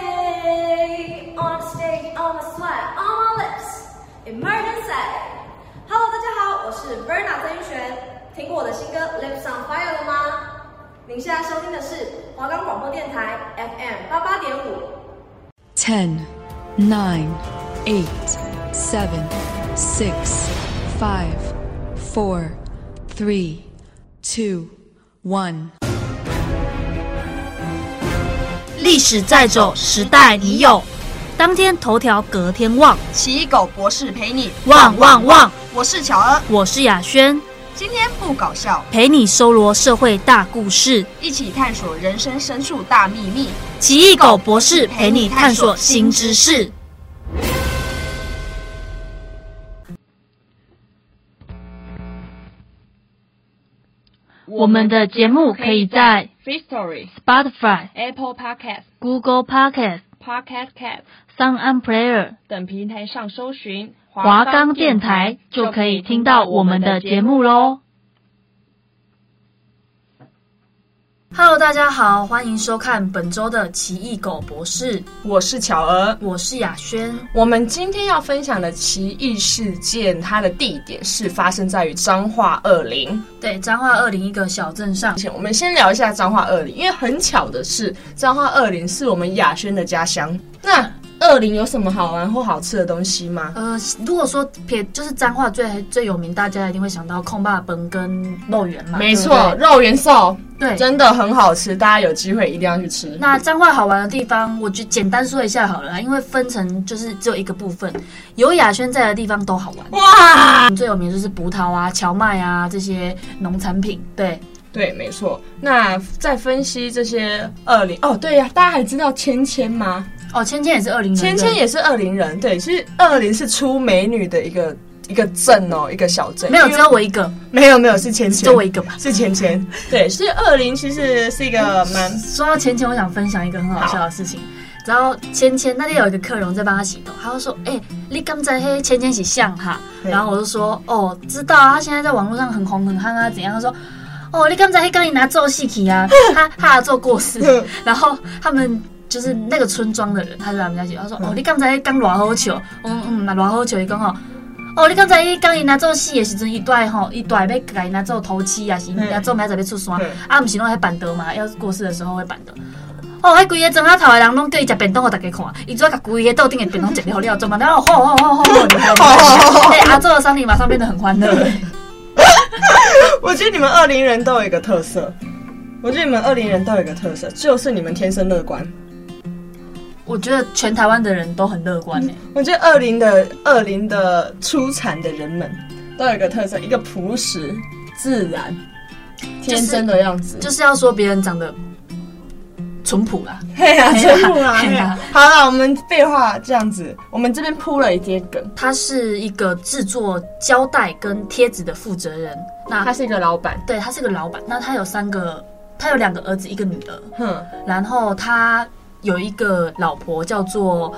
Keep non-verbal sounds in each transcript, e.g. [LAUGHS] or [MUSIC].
Slay on stage, on my sweat, on my lips, emergency. Hello，大家好，我是 Verna 曾玉璇。听过我的新歌《Lips on Fire》了吗？您现在收听的是华冈广播电台 FM 八八点五。 10, 9, 8, 7, 6, 5, 4, 3, 2, 1. 历史在走，时代你有。当天头条，隔天望。奇异狗博士陪你旺旺旺！我是巧儿，我是雅轩，今天不搞笑，陪你搜罗社会大故事。一起探索人生深处大秘密。奇异狗博士陪你探索新知识。我们的节目可以在 Free Story、 Spotify、 Apple Podcast、 Google Podcast、 Podcast Cat Sound Player、等平台上搜寻华冈电台，就可以听到我们的节目。喽。Hello，大家好，欢迎收看本周的《奇异狗博士》，我是巧儿。我是雅轩。我们今天要分享的奇异事件，它的地点是发生在于彰化二林。对，彰化二零一个小镇上之，前我们先聊一下彰化二林，因为很巧的是，彰化二林是我们雅轩的家乡。那二林有什么好玩或好吃的东西吗？呃，如果说撇就是彰化最最有名，大家一定会想到控霸本跟肉圆嘛，没对不错，肉圆寿对。对真的很好吃，大家有机会一定要去吃。那彰化好玩的地方，我就简单说一下好了啊啦，因为分成就是只有一个部分，有雅轩在的地方都好玩。嗯哇，最有名就是葡萄啊、荞麦啊这些农产品，对，对，没错。那在分析这些二林哦，对呀、大家还知道芊芊吗？哦，芊芊也是二零芊芊也是二林人，对，其实二林是出美女的一个一个镇哦，一个小镇。没有，因为只有我一个，没有没有是芊芊，只有我一个吧。是芊芊，对，所以二零其实是一个蛮说到芊芊，我想分享一个很好笑的事情。然后芊芊那天有一个客人我在帮她洗头，她就说：“哎、你刚才黑芊芊洗像哈？”对然后我就说：“哦，知道啊，她现在在网络上很红很夯啊，怎样？”她说：“哦，你刚才黑刚你拿做戏体啊，她她还做过世。”然后他们就是那个村庄的人，他就来我们家洗，他说：“哦，你刚才刚偌好笑，嗯嗯，那偌好笑，伊讲吼。”哦，你刚才伊讲伊拿做戏的时阵，伊带吼，伊带要甲伊拿做头七啊，是拿做明仔载要出山对，啊，毋是拢还板凳嘛，要是过世的时候会板凳。哦，迄规个庄仔头的人拢叫伊食便当，互大家看，伊主要甲规个桌顶的便当食了了，做嘛，然哦后吼吼吼吼吼，你 [LAUGHS] 看，哎，阿做的桑尼马上变得很欢乐。我觉得你们二零人都有一个特色，我觉得你们二零人都有一个特色，就是你们天生乐观。我觉得全台湾的人都很乐观欸诶，我觉得二零的二零的出产的人们都有一个特色，一个朴实、自然、天真的样子。就是要说别人长得淳朴啦。嘿呀，嘿呀真不嘿啦呀！好了，我们废话这样子，我们这边铺了一些梗。他是一个制作胶带跟贴纸的负责人，那啊他是一个老板，对他是个老板，那他有三个，他有两个儿子，一个女儿，哼，然后他有一个老婆叫做，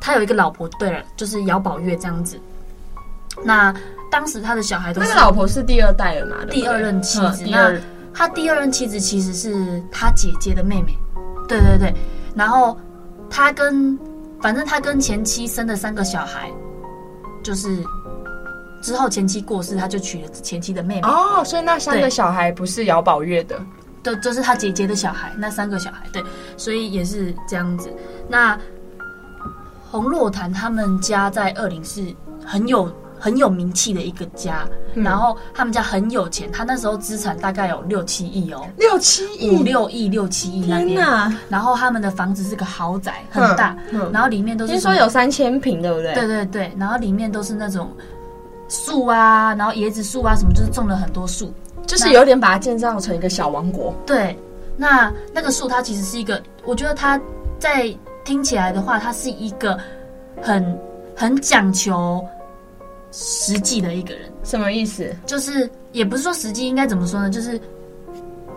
他有一个老婆，对了，就是姚宝月这样子。那当时他的小孩都那是个老婆是第二代了嘛？对不对第二任妻子嗯第二他第二任妻子其实是他姐姐的妹妹，对对对。然后他跟反正他跟前妻生的三个小孩，就是之后前妻过世，他就娶了前妻的妹妹，哦，所以那三个对小孩不是姚宝月的，对，就是他姐姐的小孩，那三个小孩，对，所以也是这样子。那洪若潭他们家在二林是很有很有名气的一个家，嗯然后他们家很有钱，他那时候资产大概有六七亿哦。六七五六亿、六七亿那嗯天边，哪！然后他们的房子是个豪宅，很大，嗯嗯然后里面都是听说什么有三千平，对不对？对对对，然后里面都是那种树啊，然后椰子树啊什么，就是种了很多树。就是有点把它建造成一个小王国。对，那那个树它其实是一个，我觉得它在听起来的话，它是一个很很讲求实际的一个人，什么意思？就是也不是说实际，应该怎么说呢？就是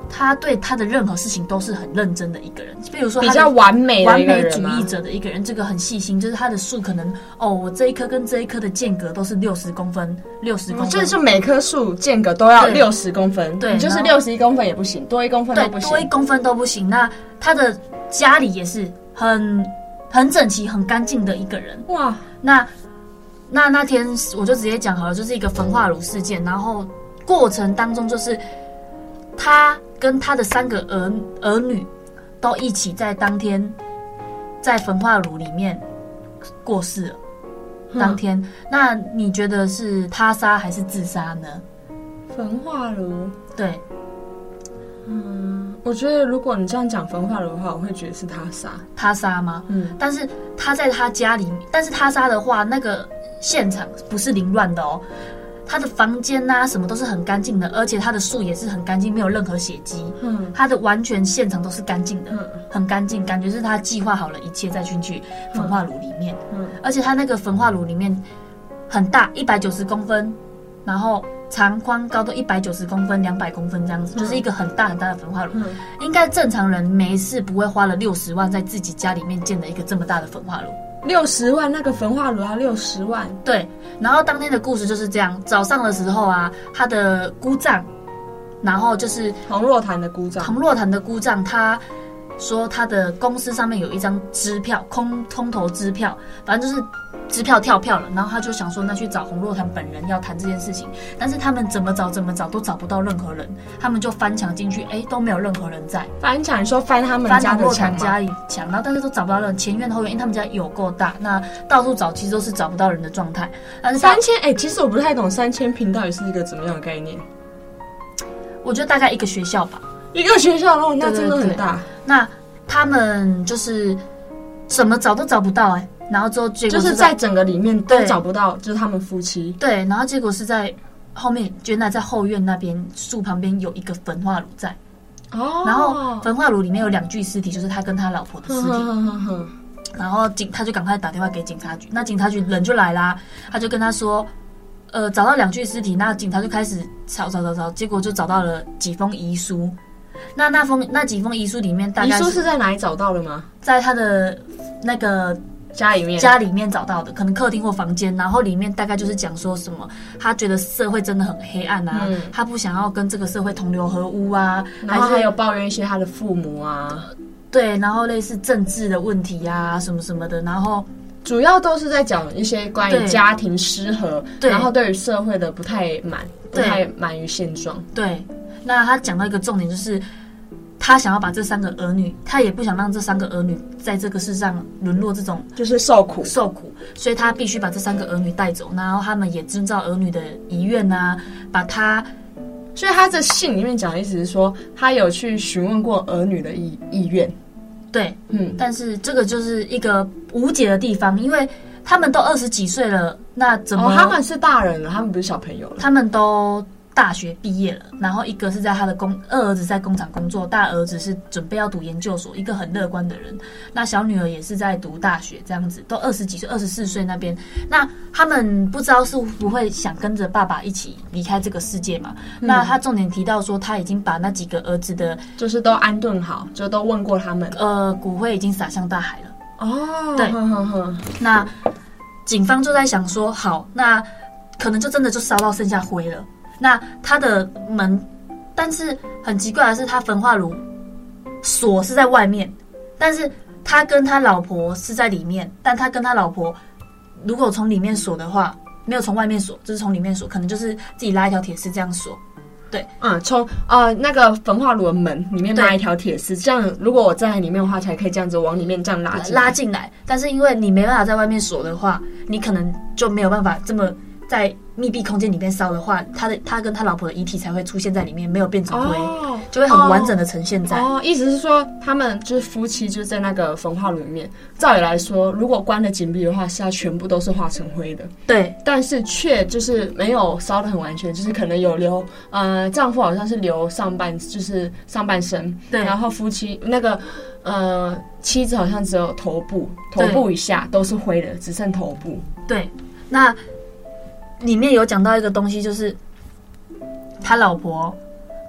他对他的任何事情都是很认真的一个人，比如说比他的较完美的完一个美人主吗义者的一个人，这个很细心，就是他的树可能哦，我这一棵跟这一棵的间隔都是六十公分，六十公嗯分，就是就每棵树间隔都要对六十公分，对就是然后六十一公分也不行，多一公分对都不行多。一公分都不行。那他的家里也是很很整齐、很干净的一个人。哇，那那那天我就直接讲好了，就是一个焚化炉事件，然后过程当中就是他跟他的三个儿儿女都一起在当天在焚化炉里面过世了。嗯当天，那你觉得是他杀还是自杀呢？焚化炉。对，我觉得如果你这样讲焚化炉的话，我会觉得是他杀。他杀吗？嗯，但是他在他家里，但是他杀的话，那个现场不是凌乱的哦，他的房间呐、什么都是很干净的，而且他的树也是很干净，没有任何血迹，嗯他的完全现场都是干净的，嗯很干净，感觉是他计划好了一切再进去焚化炉里面，嗯而且他那个焚化炉里面很大，一百九十公分，然后长宽高都一百九十公分、两百公分这样子，就是一个很大很大的焚化炉。嗯应该正常人没事不会花了六十万在自己家里面建了一个这么大的焚化炉。六十万那个焚化炉要六十万，对，然后当天的故事就是这样。早上的时候啊，他的姑丈，然后就是洪若潭的鼓掌彭。若潭的姑丈，他说他的公司上面有一张支票，空空头支票，反正就是支票跳票了。然后他就想说，那去找洪若潭本人要谈这件事情，但是他们怎么找怎么找都找不到任何人，他们就翻墙进去，哎，都没有任何人在。翻墙，你说翻他们翻家墙的落墙墙吗？家里墙，然后但是都找不到人，前院后院，因为他们家有够大，那到处找其实都是找不到人的状态。但是大三千，哎、其实我不太懂三千平到底是一个怎么样的概念。我觉得大概一个学校吧，一个学校哦，那对对真的很对大，那他们就是怎么找都找不到哎、然后之后结果就是在整个里面都对找不到，就是他们夫妻。对，然后结果是在后面，原来在后院那边树旁边有一个焚化炉在，哦然后焚化炉里面有两具尸体，就是他跟他老婆的尸体。嗯哼，然后警他就赶快打电话给警察局，那警察局人就来啦，他就跟他说，呃，找到两具尸体，那警察就开始找找找找，结果就找到了几封遗书。那那封那几封遗书里面，大遗概书是是在哪里找到的吗？在他的那个家里面。家里面找到的，可能客厅或房间，然后里面大概就是讲说什么，他觉得社会真的很黑暗啊，嗯他不想要跟这个社会同流合污啊，然后是还有抱怨一些他的父母啊，对，然后类似政治的问题呀、什么什么的，然后主要都是在讲一些关于对家庭失和，对然后对于社会的不太满，不对太满于现状。对，那他讲到一个重点，就是他想要把这三个儿女，他也不想让这三个儿女在这个世上沦落这种就是受苦，受苦，所以他必须把这三个儿女带走，然后他们也遵照儿女的遗愿呐、把他所以他这信里面讲的意思是说，他有去询问过儿女的意意愿，对，嗯，但是这个就是一个无解的地方，因为他们都二十几岁了，那怎么、哦，他们是大人了，他们不是小朋友了，他们都大学毕业了，然后一个是在他的工，二儿子在工厂工作，大儿子是准备要读研究所，一个很乐观的人。那小女儿也是在读大学，这样子都二十几岁，二十四岁那边。那他们不知道是不会想跟着爸爸一起离开这个世界嘛？嗯那他重点提到说，他已经把那几个儿子的就是都安顿好，就都问过他们。呃骨灰已经撒向大海了。哦，对哼哼哼那警方就在想说，好，那可能就真的就烧到剩下灰了。那他的门，但是很奇怪的是，他焚化炉锁是在外面，但是他跟他老婆是在里面，但他跟他老婆如果从里面锁的话，没有从外面锁，就是从里面锁，可能就是自己拉一条铁丝这样锁。嗯，从呃那个焚化炉的门里面对拉一条铁丝，这样如果我站在里面的话，才可以这样子往里面这样拉进来拉进来，但是因为你没办法在外面锁的话，你可能就没有办法这么在密闭空间里面烧的话，他的他跟他老婆的遗体才会出现在里面，没有变成灰，哦，就会很完整的呈现在。哦，意思是说他们就是夫妻就是在那个焚化炉里面，照理来说，如果关的紧闭的话，是要全部都是化成灰的，对但是却就是没有烧的很完全，就是可能有留呃丈夫好像是留上半就是上半身，对然后夫妻那个呃妻子好像只有头部头对部以下都是灰的，只剩头部，对，那里面有讲到一个东西，就是他老婆，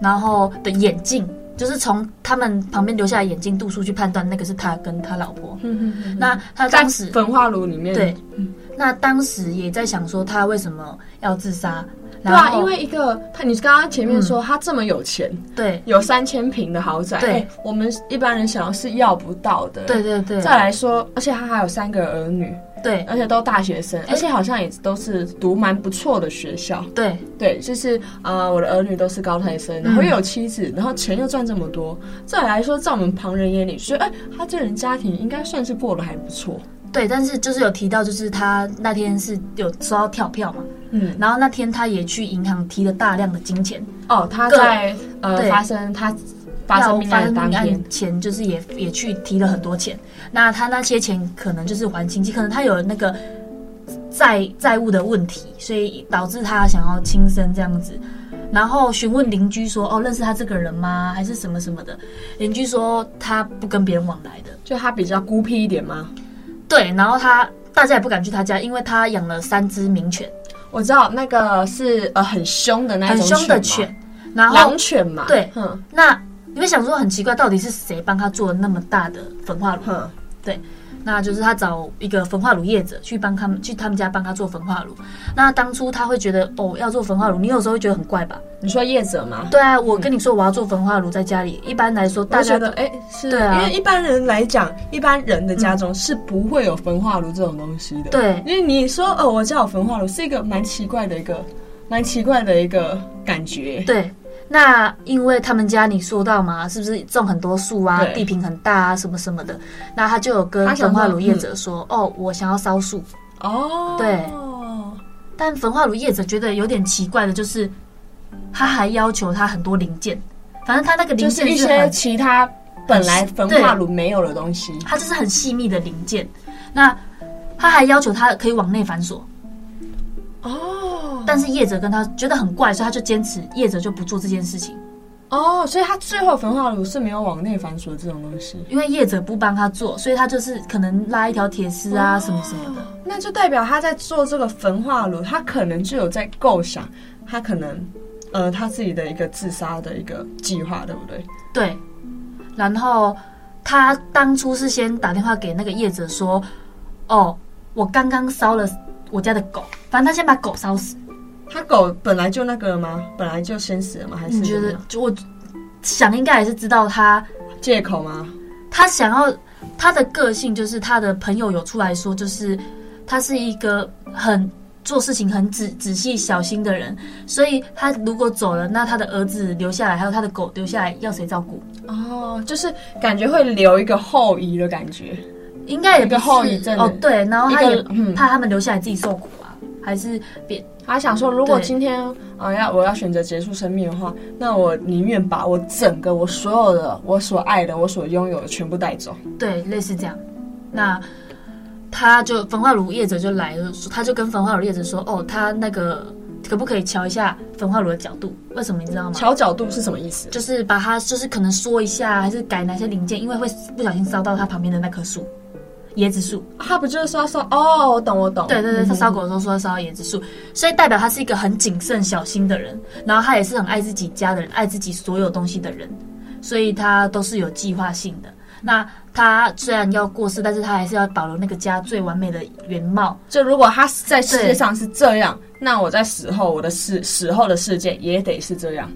然后的眼镜，就是从他们旁边留下的眼镜度数去判断那个是他跟他老婆。那他在当时焚化炉里面嗯对，那当时也在想说他为什么要自杀，然啊，后因为一个他，你刚刚前面说、他这么有钱，对有三千平的豪宅，对哎我们一般人想要是要不到的。对对对，再来说，而且他还有三个儿女，对而且都大学生，哎而且好像也都是读蛮不错的学校。对对，就是呃，我的儿女都是高材嗯生，然后又有妻子，然后钱又赚这么多。再来说，在我们旁人眼里，觉得哎，他这人家庭应该算是过得还不错。对，但是就是有提到，就是他那天是有收到跳票嘛，嗯，然后那天他也去银行提了大量的金钱，哦，他各在呃对发生他发生命要发案生的当命天，案前，就是也也去提了很多钱。那他那些钱可能就是还清，可能他有那个债债务的问题，所以导致他想要轻生这样子。然后询问邻居说：“哦，认识他这个人吗？还是什么什么的？”邻居说他不跟别人往来的。就他比较孤僻一点吗？对，然后他大家也不敢去他家，因为他养了三只名犬，我知道那个是呃很凶的那很种凶的犬犬嘛，。然后狼犬嘛。对哼那你会想说很奇怪，到底是谁帮他做了那么大的焚化炉？哼，那就是他找一个焚化炉业者去帮他们去他们家帮他做焚化炉。那当初他会觉得哦要做焚化炉，你有时候会觉得很怪吧？你说业者吗？对啊，我跟你说我要做焚化炉，在家里一般来说大大家家都的哎、是，对啊因为一般人来讲，一般人的家中是不会有焚化炉这种东西的。，对因为你说哦，我家有焚化炉，是一个蛮奇怪的一个，蛮奇怪的一个感觉。对。那因为他们家你说到嘛，是不是种很多树啊，对地坪很大啊，什么什么的？那他就有跟他想焚说化炉业者说，哦，我想要烧树。哦，对但焚化炉业者觉得有点奇怪的，就是他还要求他很多零件，反正他那个零就是件一是很些其他本来焚化炉没有的东西。它就是很细密的零件。那他还要求他可以往内反锁，哦但是业者跟他觉得很怪，所以他就坚持业者就不做这件事情，哦，所以它最后焚化炉是没有往内反锁这种东西。因为业者不帮他做，所以他就是可能拉一条铁丝啊什么什么的。哦那就代表他在做这个焚化炉，他可能就有在构想，他可能呃他自己的一个自杀的一个计划，对不对？对，然后他当初是先打电话给那个业者说，哦，我刚刚烧了我家的狗，反正他先把狗烧死。他狗本来就那个了吗？本来就先死了吗？还是你觉怎么得样就我想应该也是知道他借口吗？他想要他的个性就是他的朋友有出来说，就是他是一个很做事情很仔仔细小心的人，所以他如果走了，那他的儿子留下来，还有他的狗留下来，要谁照顾？哦，就是感觉会留一个后遗的感觉。应该也一个后不是遗症哦，对，然后他一也个嗯怕他们留下来自己受苦啊，还是别他想说，如果对今天呃要我要选择结束生命的话，那我宁愿把我整个我所有的我所爱的我所拥有的全部带走。对类似这样。那他就焚化炉业者就来了，他就跟焚化炉业者说，哦，他那个可不可以瞧一下焚化炉的角度？为什么你知道吗？调角度是什么意思？就是把它就是可能缩一下，还是改哪些零件，因为会不小心烧到它旁边的那棵树，椰子树。他不就是说说哦，我懂我懂，对对对，他烧狗的时候说烧到椰子树，所以代表他是一个很谨慎小心的人，然后他也是很爱自己家的人，爱自己所有东西的人，所以他都是有计划性的。那他虽然要过世，但是他还是要保留那个家最完美的原貌。就如果他在世界上是这样，那我在死后我的世死后的世界也得是这样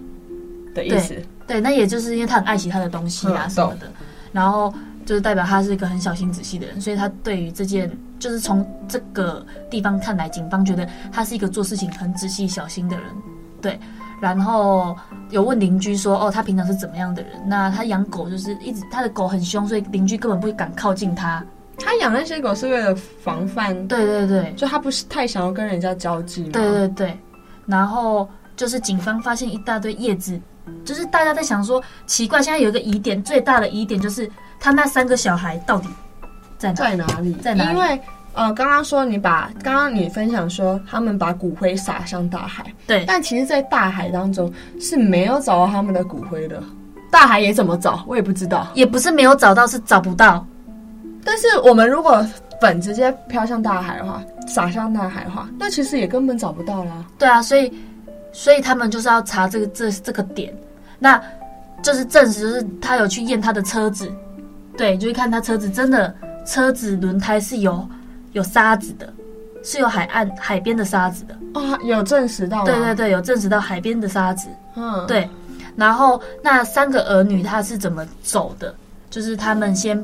的意思。对，那也就是因为他很爱惜他的东西啊嗯什么的，然后就是代表他是一个很小心仔细的人，所以他对于这件，就是从这个地方看来，警方觉得他是一个做事情很仔细小心的人，对。然后有问邻居说，哦，他平常是怎么样的人？那他养狗就是一直他的狗很凶，所以邻居根本不敢靠近他。他养那些狗是为了防范，对对对，就他不是太想要跟人家交际嘛。对对对，然后就是警方发现一大堆叶子，就是大家在想说，奇怪，现在有一个疑点，最大的疑点就是他那三个小孩到底在哪？在哪里？在哪里因为呃，刚刚说你把刚刚你分享说他们把骨灰撒向大海，对但其实，在大海当中是没有找到他们的骨灰的。大海也怎么找，我也不知道。也不是没有找到，是找不到。但是我们如果粉直接飘向大海的话，撒向大海的话，那其实也根本找不到啦。对啊，所以所以他们就是要查这个这这个点，那就是证实就是他有去验他的车子，对，就是看他车子真的车子轮胎是有有沙子的，是有海岸海边的沙子的。啊，有证实到吗？对对对，有证实到海边的沙子。嗯，对，然后那三个儿女他是怎么走的？就是他们先，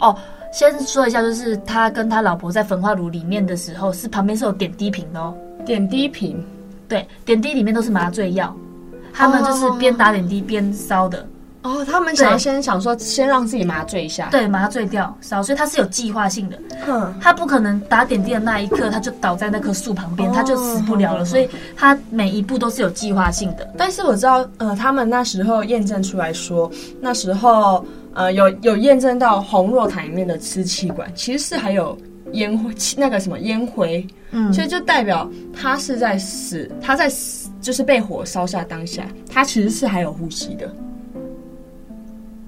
哦，先说一下，就是他跟他老婆在焚化炉里面的时候，是旁边是有点滴瓶的哦。点滴瓶，对，点滴里面都是麻醉药，他们就是哦边打点滴边烧的，哦，他们想要对先想说，先让自己麻醉一下。嗯对，麻醉掉烧，所以他是有计划性的。哼，他不可能打点滴的那一刻他就倒在那棵树旁边，哦他就死不了了，所以他每一步都是有计划性的。但是我知道，呃，他们那时候验证出来说，那时候呃有有验证到红若潭里面的支气管其实是还有烟灰，气那个什么烟灰，嗯所以就代表他是在死，他在死就是被火烧下当下，他其实是还有呼吸的，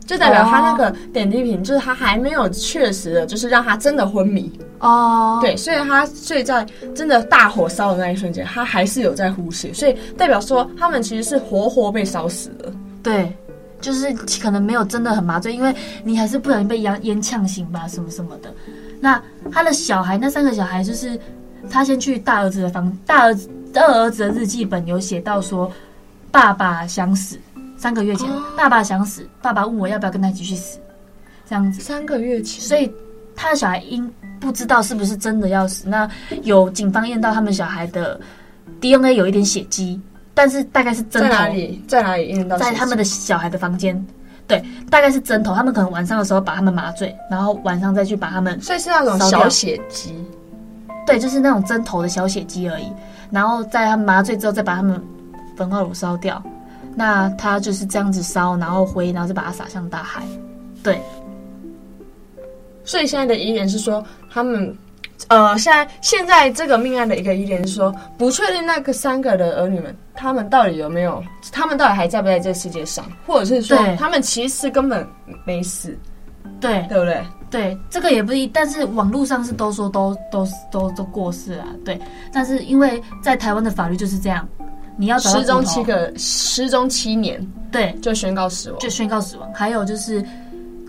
就代表他那个点滴瓶，就是他还没有确实的，就是让他真的昏迷。哦，对，所以他所以在真的大火烧的那一瞬间，他还是有在呼吸，所以代表说他们其实是活活被烧死的。对，就是可能没有真的很麻醉，因为你还是不小心被烟烟呛醒吧，什么什么的。那他的小孩，那三个小孩就是他先去大儿子的房，大儿子二儿子的日记本有写到说，爸爸想死，三个月前、哦爸爸想死，爸爸问我要不要跟他一起去死，这样子。三个月前，所以他的小孩因不知道是不是真的要死，那有警方验到他们小孩的 DNA 有一点血迹，但是大概是针在头哪里在哪里验到血迹？哦在他们的小孩的房间，对，大概是针头，他们可能晚上的时候把他们麻醉，然后晚上再去把他们，所以是那种烧掉小血迹。对，就是那种针头的小血迹而已，然后在他们麻醉之后再把他们焚化炉烧掉，那他就是这样子烧，然后灰，然后就把它撒向大海，对，所以现在的疑点是说，他们，呃，现在现在这个命案的一个疑点是说，不确定那个三个的儿女们，他们到底有没有，他们到底还在不在这世界上，或者是说对，他们其实根本没死，对，对不对？对，这个也不一，但是网络上是都说都都都都过世了，对。但是因为在台湾的法律就是这样，你要找到失踪骨头七，个，失踪七年对，就宣告死亡就。宣告死亡。还有就是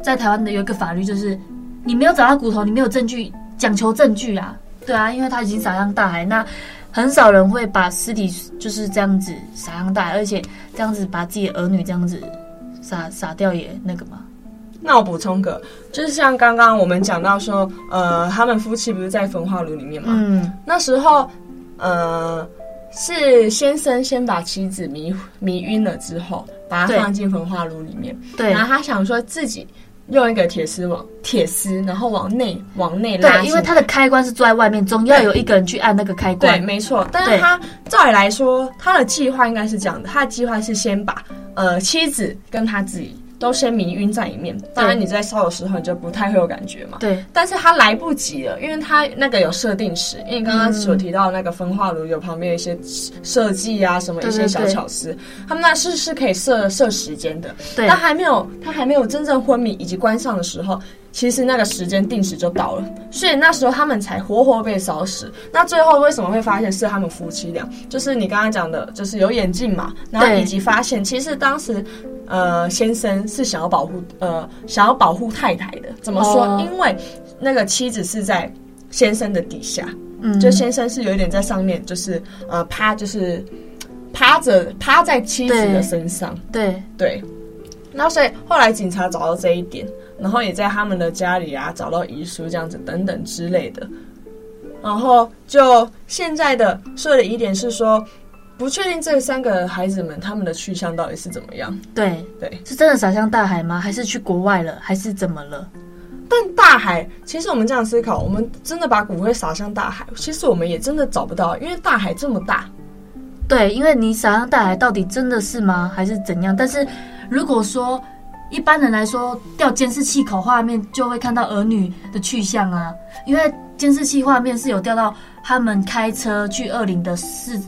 在台湾的有一个法律就是，你没有找到骨头，你没有证据，讲求证据啊，对啊，因为他已经撒向大海，那很少人会把尸体就是这样子撒向大海，而且这样子把自己的儿女这样子撒撒掉也那个嘛，那我补充个，就是像刚刚我们讲到说，呃，他们夫妻不是在焚化炉里面吗？嗯，那时候，呃，是先生先把妻子迷迷晕了之后，把她对放进焚化炉里面，对然。后他想说自己用一个铁丝网，铁丝，然后往内往内拉对，进因为它的开关是坐在外面，总要有一个人去按那个开对，关。没错。但是对他照理来说，他的计划应该是这样的：他的计划是先把呃妻子跟他自己都先迷晕在里面。当然，你在烧的时候你就不太会有感觉嘛。对但是他来不及了，因为他那个有设定时，因为刚刚所提到那个焚化炉有旁边有一些设计啊，什么对一对些小对巧思，他们那是是可以设设时间的。对他还没有他还没有真正昏迷以及关上的时候，其实那个时间定时就到了，所以那时候他们才活活被烧死。那最后为什么会发现是他们夫妻俩？就是你刚刚讲的，就是有眼镜嘛，然后对以及发现其实当时。呃，先生是想要保护呃，想要保护太太的。怎么说？哦因为那个妻子是在先生的底下，嗯，就先生是有一点在上面，就是呃趴，就是趴着趴在妻子的对身上。对对，那所以后来警察找到这一点，然后也在他们的家里啊找到遗书这样子等等之类的，然后就现在的所有的疑点是说，不确定这三个孩子们他们的去向到底是怎么样。对对，是真的撒向大海吗？还是去国外了？还是怎么了？但大海，其实我们这样思考，我们真的把骨灰撒向大海，其实我们也真的找不到，因为大海这么大，对，因为你撒向大海到底真的是吗？还是怎样？但是如果说一般人来说，调监视器口画面就会看到儿女的去向啊，因为监视器画面是有调到他们开车去二林的市，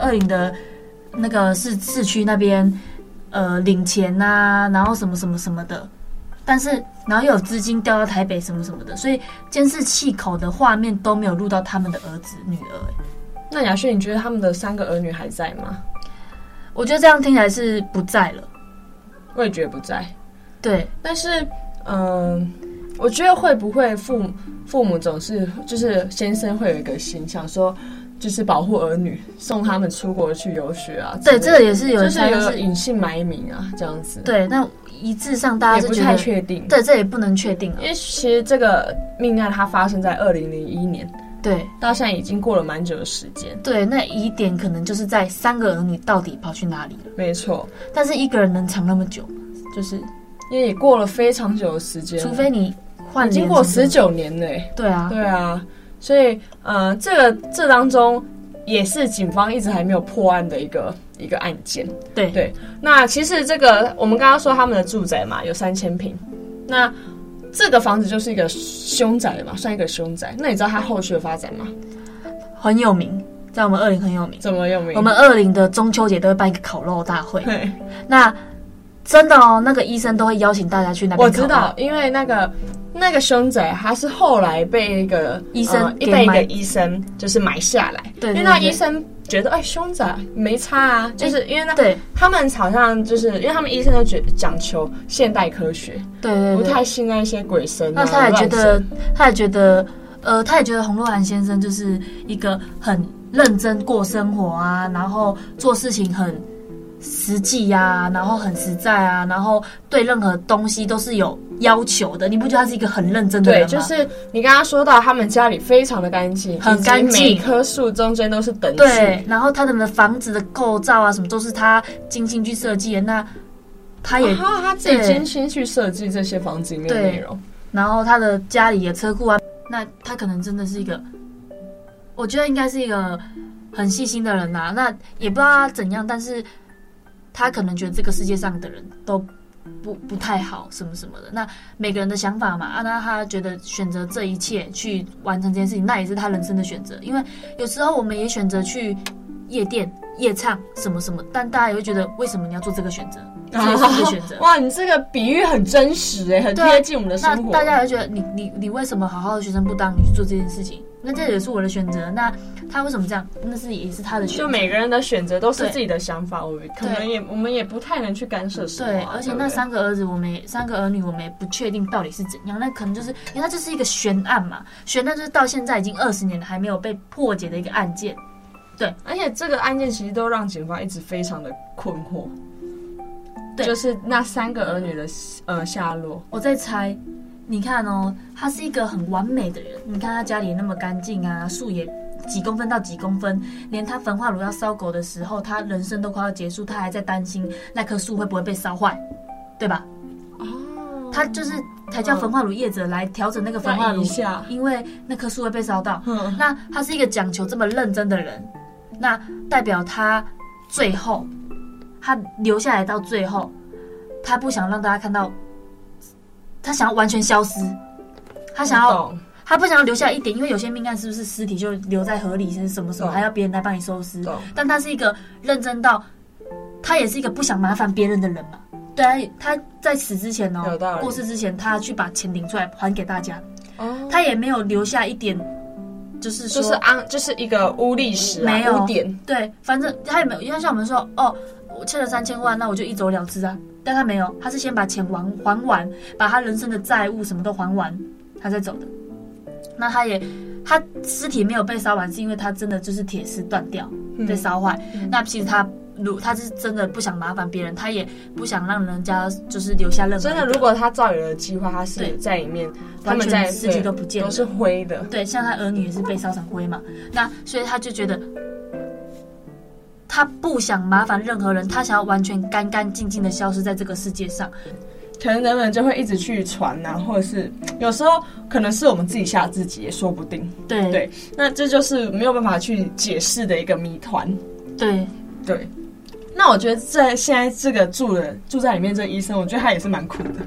二林的那个市市区那边，呃，领钱呐、然后什么什么什么的。但是，然后又有资金调到台北什么什么的，所以监视器口的画面都没有录到他们的儿子女儿、欸那雅轩，你觉得他们的三个儿女还在吗？我觉得这样听起来是不在了。我也觉得不在。对，但是，嗯、我觉得会不会父母父母总是就是先生会有一个心，想说就是保护儿女，送他们出国去游学啊之对，类的。这个也是有就人是猜有是，隐姓埋名啊，这样子。，对，啊那一致上大家也是不觉太得，确定。，对，这也不能确定啊因。为其实这个命案它发生在二零零一年，对到现在已经过了蛮久的时间。对，那疑点可能就是在三个儿女到底跑去哪里了，没错，但是一个人能藏那么久，就是因为也过了非常久的时间了，除非你换已经脸过什么十的，九年了、欸。对啊，对啊，所以呃，这个这当中也是警方一直还没有破案的一个一个案件。对对那其实这个我们刚刚说他们的住宅嘛，有三千平，那这个房子就是一个凶宅嘛，算一个凶宅。那你知道它后续的发展吗？很有名，在我们二零很有名。怎么有名？我们二零的中秋节都会办一个烤肉大会，对，那真的哦，那个医生都会邀请大家去那边。我知道，，因为那个那个凶宅，它是后来被一个医生呃、给被一买个医生就是买下来，对对因为那对医生觉得哎凶宅没差啊，就是因为那对他们好像就是因为他们医生都觉讲求现代科学，对对不对。太信那些鬼神、啊。嗯那他也觉乱得神，他也觉得，呃，他也觉得洪若涵先生就是一个很认真过生活啊，然后做事情很实际呀、然后很实在啊，然后对任何东西都是有要求的。你不觉得他是一个很认真的人对，吗？就是你刚刚说到他们家里非常的干净，很以及干净每棵树中间都是等距。对，然后他的房子的构造啊，什么都是他精心去设计的。那他也然后啊他自己对精心去设计这些房子里面的对内容，然后他的家里的车库啊，那他可能真的是一个，我觉得应该是一个很细心的人呐、那也不知道他怎样，但是他可能觉得这个世界上的人都不不太好，什么什么的。那每个人的想法嘛，啊，那他觉得选择这一切去完成这件事情，那也是他人生的选择。因为有时候我们也选择去夜店、夜唱什么什么，但大家也会觉得为什么你要做这个选择？这也是你的选择。哇，你这个比喻很真实哎、很对啊贴近我们的那生活。大家也会觉得你你你为什么好好的学生不当，你去做这件事情？那这也是我的选择。那他为什么这样？那是也是他的选就择。每个人的选择都是对自己的想法，我可能也我们也不太能去干涉什么啊、对，而且不那三个儿子，我们也三个儿女，我们也不确定到底是怎样。那可能就是因为它就是一个悬案嘛，悬案就是到现在已经二十年了，还没有被破解的一个案件。而且这个案件其实都让警方一直非常的困惑，对就是那三个儿女的呃下落，我在猜，你看哦，他是一个很完美的人。你看他家里那么干净啊，树也几公分到几公分，连他焚化炉要烧狗的时候，他人生都快要结束，他还在担心那棵树会不会被烧坏，对吧？哦，他就是才叫焚化炉业者来调整那个焚化要移炉一，下，因为那棵树会被烧到。嗯，那他是一个讲求这么认真的人，那代表他最后他留下来到最后，他不想让大家看到，他想要完全消失，他想要懂他不想要留下一点，因为有些命案是不是尸体就留在河里是什么什么，懂还要别人来帮你收尸，懂，但他是一个认真到，他也是一个不想麻烦别人的人嘛。对啊，他在死之前有道哦，理过世之前，他去把钱领出来还给大家，哦，他也没有留下一点，就是说就是安，就是一个污历史、啊，没有污点，对，反正他也没有，因为像我们说，哦，我欠了三千万，那我就一走了之啊。但他没有，他是先把钱还还完，把他人生的债务什么都还完，他再走的。那他也，他尸体没有被烧完，是因为他真的就是铁丝断掉嗯被烧坏。那其实他如他是真的不想麻烦别人，他也不想让人家就是留下任何一真个的，如果他照原的计划，他是对在里面，他完们全在尸体对都不见了都，是灰的，对，像他儿女也是被烧成灰嘛，那所以他就觉得他不想麻烦任何人，他想要完全干干净净的消失在这个世界上。可能人们就会一直去传呐、或者是有时候可能是我们自己吓自己也说不定，对对，那这就是没有办法去解释的一个谜团。对对，那我觉得这现在这个住的住在里面这个医生，我觉得他也是蛮苦的。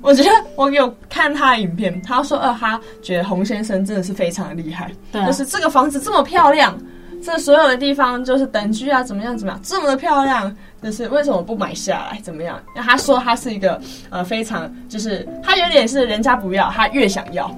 我觉得我有看他的影片，他说呃，他觉得洪先生真的是非常的厉害，对啊就是这个房子这么漂亮，这所有的地方就是等距啊，怎么样怎么样，这么的漂亮，就是为什么不买下来？怎么样？那他说他是一个呃非常就是他有点是人家不要，他越想要。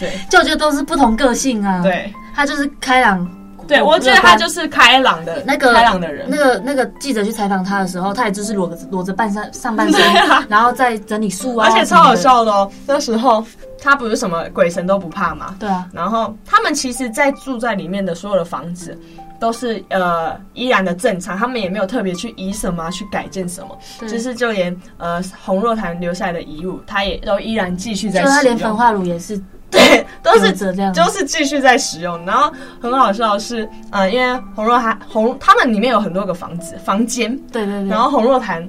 对就我觉得都是不同个性啊。，对他就是开朗。对，我觉得他就是开朗的那个开朗的人，那个那个记者去采访他的时候，他也就是裸着裸着半身上半身，对啊然后再整理树啊，而且超好。笑的哦。那时候他不是什么鬼神都不怕嘛。对啊，然后他们其实，在住在里面的所有的房子，都是呃依然的正常，他们也没有特别去移什么啊、去改建什么，对就是就连呃红若潭留下来的遗物，它也都依然继续就在他使连用。焚化炉也是 [LAUGHS] [LAUGHS] 对，都是留着这样就是继续在使用。然后很好笑的是，呃，因为红若潭红，他们里面有很多个房子房间，对对对，然后红若潭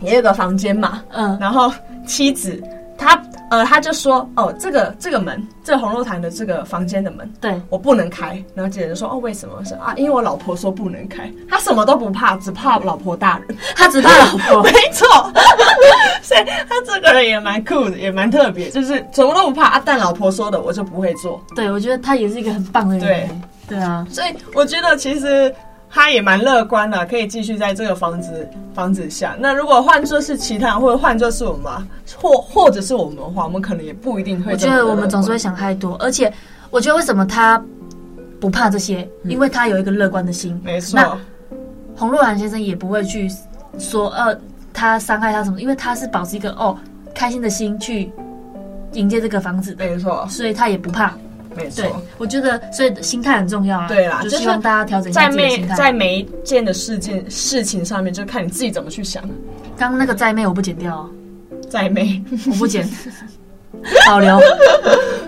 也有个房间嘛，嗯，然后妻子她呃，她就说哦，这个这个门，这红若潭的这个房间的门。对，我不能开，然后姐姐就说哦，为什么？我说啊，因为我老婆说不能开，她什么都不怕，只怕老婆大人。他只怕老婆 [LAUGHS] 没，错，所以她这个人也蛮酷的，也蛮特别，就是什么都不怕啊，但老婆说的我就不会做。对我觉得他也是一个很棒的人，对啊，所以我觉得其实他也蛮乐观的，可以继续在这个房子房子下。那如果换作是其他人，或者换作是我们、啊，或或者是我们的话，我们可能也不一定会我这觉么乐得观。我们总是会想太多，而且我觉得为什么他不怕这些，嗯因为他有一个乐观的心。没那错，洪若涵先生也不会去说呃他伤害他什么，因为他是保持一个哦开心的心去迎接这个房子的，没错，所以他也不怕。没对错。，我觉得所以心态很重要啊。对啦就就是希望大家调整一下在自己的每心态。在每一件的事件事情上面，就看你自己怎么去想。刚刚那个在妹我不剪掉、哦，在每 [LAUGHS] 我不剪，保留。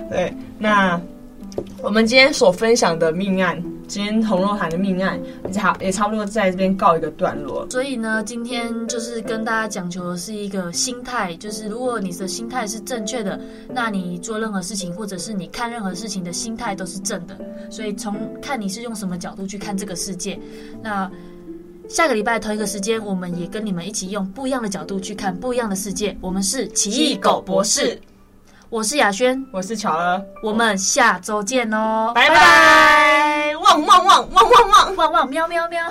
对，那我们今天所分享的命案，今天红肉潭的命案，差也差不多在这边告一个段落。所以呢，今天就是跟大家讲求的是一个心态，就是如果你的心态是正确的，那你做任何事情或者是你看任何事情的心态都是正的。所以从看你是用什么角度去看这个世界，那。下个礼拜同一个时间，我们也跟你们一起用不一样的角度去看不一样的世界。我们是奇异狗博士，，我是雅轩，我是乔儿，我们下周见哦，拜拜，汪汪汪汪汪汪。汪汪喵喵喵。